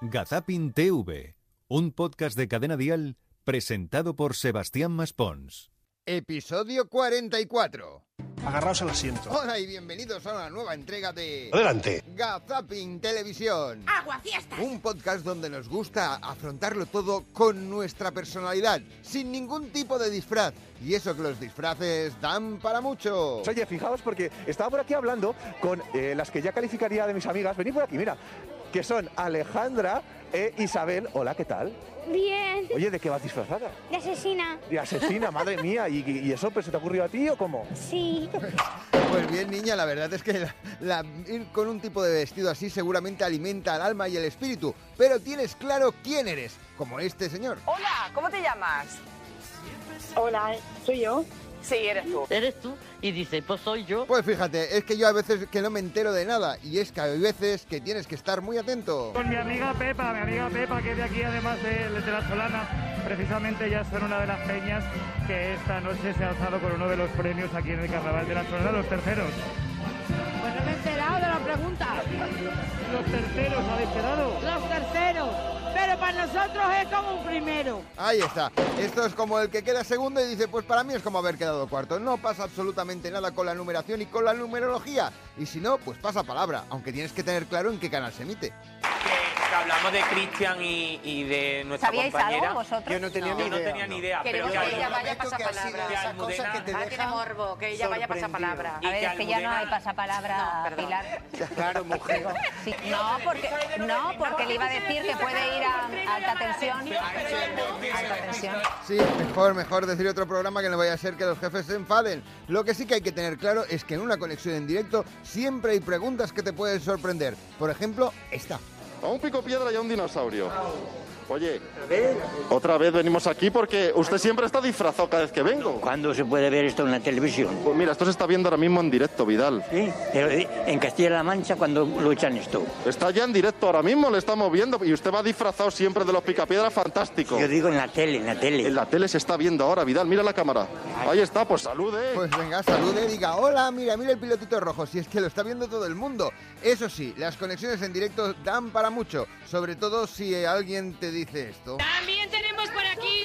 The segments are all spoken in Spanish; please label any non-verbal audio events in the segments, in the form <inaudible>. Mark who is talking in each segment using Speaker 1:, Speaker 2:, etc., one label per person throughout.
Speaker 1: Gazapin TV, un podcast de cadena dial presentado por Sebastián Maspons.
Speaker 2: Episodio 44.
Speaker 3: Agarraos al asiento.
Speaker 2: Hola y bienvenidos a una nueva entrega de
Speaker 3: Adelante.
Speaker 2: Gazapin Televisión.
Speaker 4: ¡Agua fiesta!
Speaker 2: Un podcast donde nos gusta afrontarlo todo con nuestra personalidad, sin ningún tipo de disfraz. Y eso que los disfraces dan para mucho.
Speaker 5: Oye, fijaos porque estaba por aquí hablando con eh, las que ya calificaría de mis amigas. Venid por aquí, mira. Que son Alejandra e Isabel. Hola, ¿qué tal?
Speaker 6: Bien,
Speaker 5: Oye, ¿de qué vas disfrazada?
Speaker 6: de asesina.
Speaker 7: <laughs>
Speaker 5: De asesina, madre mía. ¿Y, y eso pues, se te ocurrió a ti o cómo?
Speaker 6: Sí,
Speaker 2: Pues bien, niña, la verdad es que la- la- ir con un tipo de vestido así seguramente alimenta el alma y el espíritu. Pero tienes claro quién eres, como este señor.
Speaker 4: Hola, ¿cómo te llamas?
Speaker 8: Hola, soy yo.
Speaker 4: Sí, eres tú.
Speaker 9: ¿Eres tú? Y dice, pues soy yo.
Speaker 2: Pues fíjate, es que yo a veces que no me entero de nada y es que hay veces que tienes que estar muy atento.
Speaker 10: Con mi amiga Pepa, mi amiga Pepa, que es de aquí, además de, de La Solana, precisamente ya son una de las peñas que esta noche se ha alzado con uno de los premios aquí en el Carnaval de La Solana, los terceros.
Speaker 11: Pues no me he enterado de la pregunta.
Speaker 10: Los terceros, ¿habéis quedado?
Speaker 11: Los terceros. Pero para nosotros es como un primero.
Speaker 2: Ahí está. Esto es como el que queda segundo y dice, pues para mí es como haber quedado cuarto. No pasa absolutamente nada con la numeración y con la numerología. Y si no, pues pasa palabra, aunque tienes que tener claro en qué canal se emite.
Speaker 12: hablamos de Cristian y, de nuestra
Speaker 4: ¿Sabíais compañera. algo vosotros? Yo
Speaker 12: no tenía
Speaker 4: ni
Speaker 12: idea. ni idea,
Speaker 4: Queremos que ella vaya a pasar
Speaker 12: esas
Speaker 4: palabra.
Speaker 12: cosas que te
Speaker 4: Ah, tiene morbo, que ella vaya a pasar palabra.
Speaker 12: Y que Almudena-
Speaker 4: pasapalabra, Pilar.
Speaker 12: Claro, mujer.
Speaker 4: <laughs> Sí, No, porque, no, porque le iba a decir que puede ir a alta tensión. Alta tensión.
Speaker 2: Sí, mejor, mejor decir otro programa que no vaya a ser que los jefes se enfaden. Lo que sí que hay que tener claro es que en una conexión en directo siempre hay preguntas que te pueden sorprender. Por ejemplo, esta.
Speaker 13: A un pico piedra y a un dinosaurio. Oye, otra vez venimos aquí porque usted siempre está disfrazado cada vez que vengo.
Speaker 14: ¿Cuándo se puede ver esto en la televisión?
Speaker 13: Pues mira, esto se está viendo ahora mismo en directo, Vidal.
Speaker 14: Sí, pero eh, en Castilla-La Mancha cuando luchan esto.
Speaker 13: Está ya en directo ahora mismo, le estamos viendo y usted va disfrazado siempre de los picapiedras, fantástico.
Speaker 14: Yo digo en la tele, en la tele.
Speaker 13: En la tele se está viendo ahora, Vidal, mira la cámara. Ahí está, pues salude.
Speaker 2: Pues venga, salude, diga, hola, mira, mira el pilotito rojo, si es que lo está viendo todo el mundo. Eso sí, las conexiones en directo dan para mucho, sobre todo si eh, alguien te dice esto.
Speaker 11: También tenemos por aquí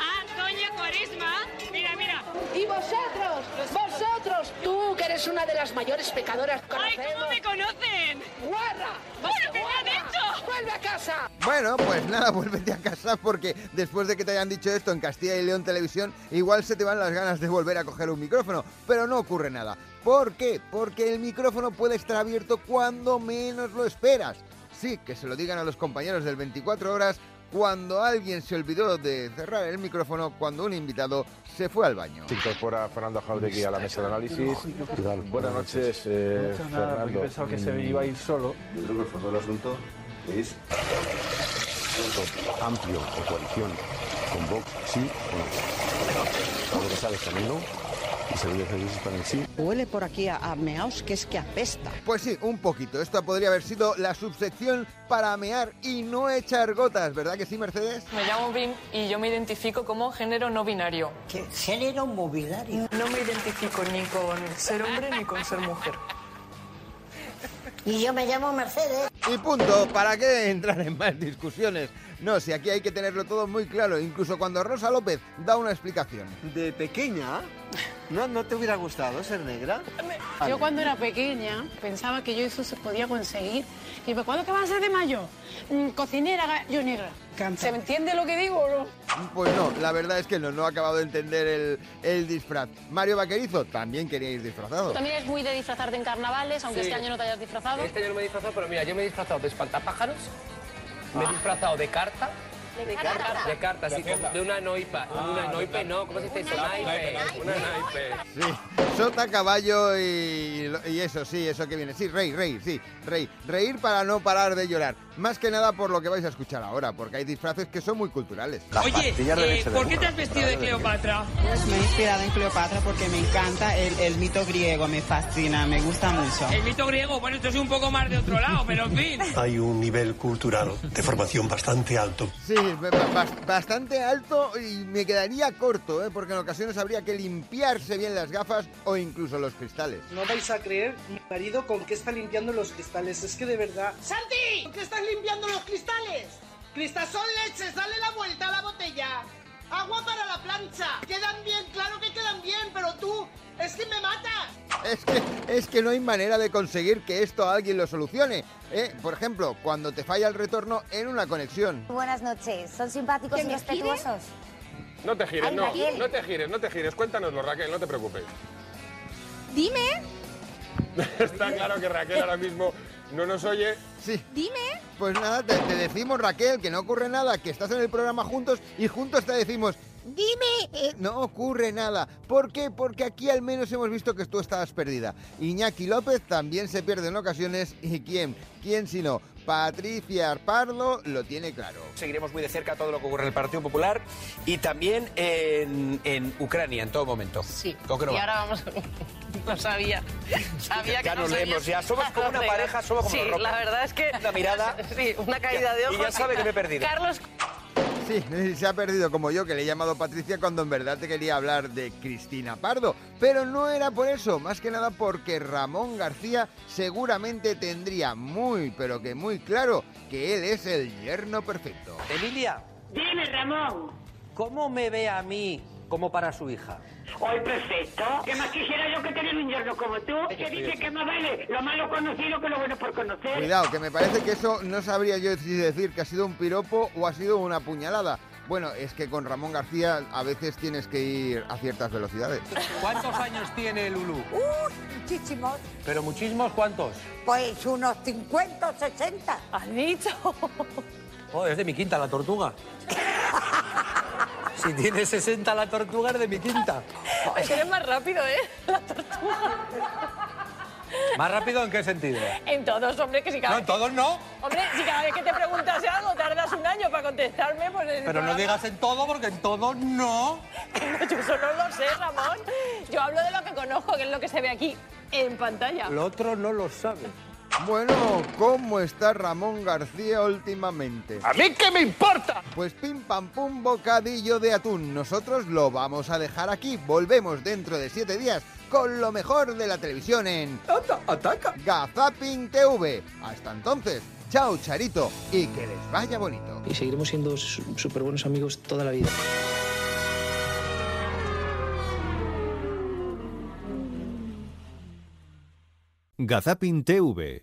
Speaker 11: a Doña Cuaresma. Mira, mira. Y vosotros, vosotros, tú que eres una de las mayores pecadoras que ¡Ay, cómo me conocen! ¡Guarra! Pues guarra! ¡Vuelve a casa!
Speaker 2: Bueno, pues nada, <laughs> vuélvete a casa porque después de que te hayan dicho esto en Castilla y León Televisión, igual se te van las ganas de volver a coger un micrófono, pero no ocurre nada. ¿Por qué? Porque el micrófono puede estar abierto cuando menos lo esperas. Sí, que se lo digan a los compañeros del 24 horas cuando alguien se olvidó de cerrar el micrófono cuando un invitado se fue al baño.
Speaker 7: Se incorpora Fernando Jauregui a la mesa de análisis. Buenas noches, eh, Fernando. Yo pensaba que
Speaker 15: Mm.
Speaker 7: se iba a ir solo. Yo creo que el fondo del asunto es amplio de coalición con Vox, sí o no. Pablo Casado también no. Y Servicio de Servicios para el sí.
Speaker 11: Huele por aquí a, a meaos que es que apesta.
Speaker 2: Pues sí, un poquito. Esta podría haber sido la subsección para mear y no echar gotas, ¿verdad que sí, Mercedes?
Speaker 16: Me llamo Bim y yo me identifico como género no binario.
Speaker 9: ¿Qué? ¿Género mobiliario?
Speaker 16: No me identifico ni con ser hombre ni con ser mujer.
Speaker 9: Y yo me llamo Mercedes.
Speaker 2: Y punto, ¿para qué entrar en más discusiones? No, si aquí hay que tenerlo todo muy claro, incluso cuando Rosa López da una explicación.
Speaker 17: De pequeña, ¿no, no te hubiera gustado ser negra?
Speaker 11: Yo cuando era pequeña pensaba que yo eso se podía conseguir. Y me acuerdo que vas a ser de mayor? Mm, Cocinera, ga- yo negra. ¿Se me entiende lo que digo o no?
Speaker 2: Pues no, la verdad es que no, no ha acabado de entender el, el disfraz. Mario Vaquerizo también quería ir disfrazado.
Speaker 18: También es muy de disfrazarte en carnavales, aunque
Speaker 12: Sí.
Speaker 18: este año no te hayas disfrazado.
Speaker 12: Este año no me he disfrazado, pero mira, yo me he disfrazado de espantapájaros, me
Speaker 16: Ah.
Speaker 12: he disfrazado de carta.
Speaker 18: ¿De carta?
Speaker 12: De carta, así como de una noipa. una noipe, no, ¿cómo se dice eso? Naipe. Una naipe.
Speaker 2: Sí, sota, caballo y, y eso, sí, eso que viene. Sí, reír, reír, sí, reír. Reír para no parar de llorar. Más que nada por lo que vais a escuchar ahora, porque hay disfraces que son muy culturales.
Speaker 10: Oye, eh, ¿por qué te has vestido de Cleopatra?
Speaker 11: me he inspirado en Cleopatra porque me encanta el, mito griego, me fascina, me gusta mucho.
Speaker 10: El mito griego, bueno, esto es un poco más de otro lado, pero en fin.
Speaker 19: Hay un nivel cultural de formación bastante alto.
Speaker 2: Sí, ba- ba- bastante alto y me quedaría corto, ¿eh? porque en ocasiones habría que limpiarse bien las gafas o incluso los cristales.
Speaker 11: No vais a creer mi marido con qué está limpiando los cristales, es que de verdad. ¡Santi!
Speaker 10: ¿Con qué estás limpiando los cristales? Cristal son leches, dale la vuelta a la botella. Agua para la plancha. Quedan bien, claro que quedan bien, pero tú es que me matas.
Speaker 2: Es que, es que no hay manera de conseguir que esto alguien lo solucione. ¿eh? Por ejemplo, cuando te falla el retorno en una conexión.
Speaker 3: Buenas noches, son simpáticos y
Speaker 15: me
Speaker 3: respetuosos.
Speaker 15: No te gires,
Speaker 3: Ay,
Speaker 15: no.
Speaker 3: Raquel.
Speaker 15: No te gires, no te gires. Cuéntanoslo, Raquel, no te preocupes.
Speaker 20: Dime,
Speaker 15: Está claro que Raquel ahora mismo no nos oye.
Speaker 2: Sí.
Speaker 20: dime.
Speaker 2: Pues nada, te, te decimos, Raquel, que no ocurre nada, que estás en el programa juntos y juntos te decimos, dime, eh, no ocurre nada. ¿Por qué? Porque aquí al menos hemos visto que tú estabas perdida. Iñaki López también se pierde en ocasiones y ¿quién? ¿Quién si no? Patricia Arpardo lo tiene claro.
Speaker 5: Seguiremos muy de cerca todo lo que ocurre en el Partido Popular y también en, en Ucrania en todo momento. Sí. ¿Con qué no
Speaker 10: Y
Speaker 5: va?
Speaker 11: <laughs>
Speaker 10: ahora vamos. No sabía. Sabía
Speaker 5: Ya
Speaker 10: que
Speaker 5: nos
Speaker 10: no
Speaker 5: leemos, ya somos como una pareja, somos como
Speaker 10: Sí,
Speaker 5: los Rocco.
Speaker 10: la verdad es que.
Speaker 5: Una mirada.
Speaker 10: Sí, una caída de
Speaker 5: Y ya
Speaker 10: ojos.
Speaker 5: sabe que me he perdido.
Speaker 10: Carlos,
Speaker 2: Sí, <laughs> se ha perdido como yo, que le he llamado Patricia cuando en verdad te quería hablar de Cristina Pardo. Pero no era por eso, más que nada porque Ramón García seguramente tendría muy, pero que muy claro que él es el yerno perfecto.
Speaker 17: Emilia.
Speaker 10: Dime, Ramón.
Speaker 17: ¿Cómo me ve a mí como para su hija?
Speaker 10: Hoy perfecto. ¿Qué más quisiera yo que tener un yerno como tú? Que
Speaker 17: estoy
Speaker 10: dice
Speaker 17: aquí.
Speaker 10: que más vale lo malo conocido que lo bueno por conocer.
Speaker 2: Cuidado, que me parece que eso no sabría yo si decir que ha sido un piropo o ha sido una puñalada. Bueno, es que con Ramón García a veces tienes que ir a ciertas velocidades.
Speaker 17: ¿Cuántos años tiene Lulu?
Speaker 3: Uy, muchísimos.
Speaker 17: Pero muchísimos, ¿cuántos?
Speaker 3: Pues unos 50 o 60. ¿Has dicho?
Speaker 17: Oh, es de mi quinta la tortuga. Si tiene 60 la tortuga, es de mi quinta.
Speaker 11: Es que eres más rápido, ¿eh? La tortuga.
Speaker 17: ¿Más rápido en qué sentido?
Speaker 11: En todos, hombre, que si cada
Speaker 17: No, en
Speaker 11: vez que-
Speaker 17: todos no.
Speaker 11: Hombre, si cada vez que te preguntas algo tardas un año para contestarme, pues... en
Speaker 17: Pero
Speaker 11: el
Speaker 17: no
Speaker 11: programa-
Speaker 17: digas en todo, porque en todo no.
Speaker 11: <laughs> Yo eso no lo sé, Ramón. Yo hablo de lo que conozco, que es lo que se ve aquí en pantalla.
Speaker 17: Lo otro no lo sabe.
Speaker 2: Bueno, ¿cómo está Ramón García últimamente?
Speaker 10: ¿A mí qué me importa?
Speaker 2: Pues pim pam pum bocadillo de atún. Nosotros lo vamos a dejar aquí. Volvemos dentro de siete días con lo mejor de la televisión en... ¡Ataca! Gazapin TV. Hasta entonces, chao Charito y que les vaya bonito.
Speaker 21: Y seguiremos siendo súper buenos amigos toda la vida.
Speaker 1: Gazapin TV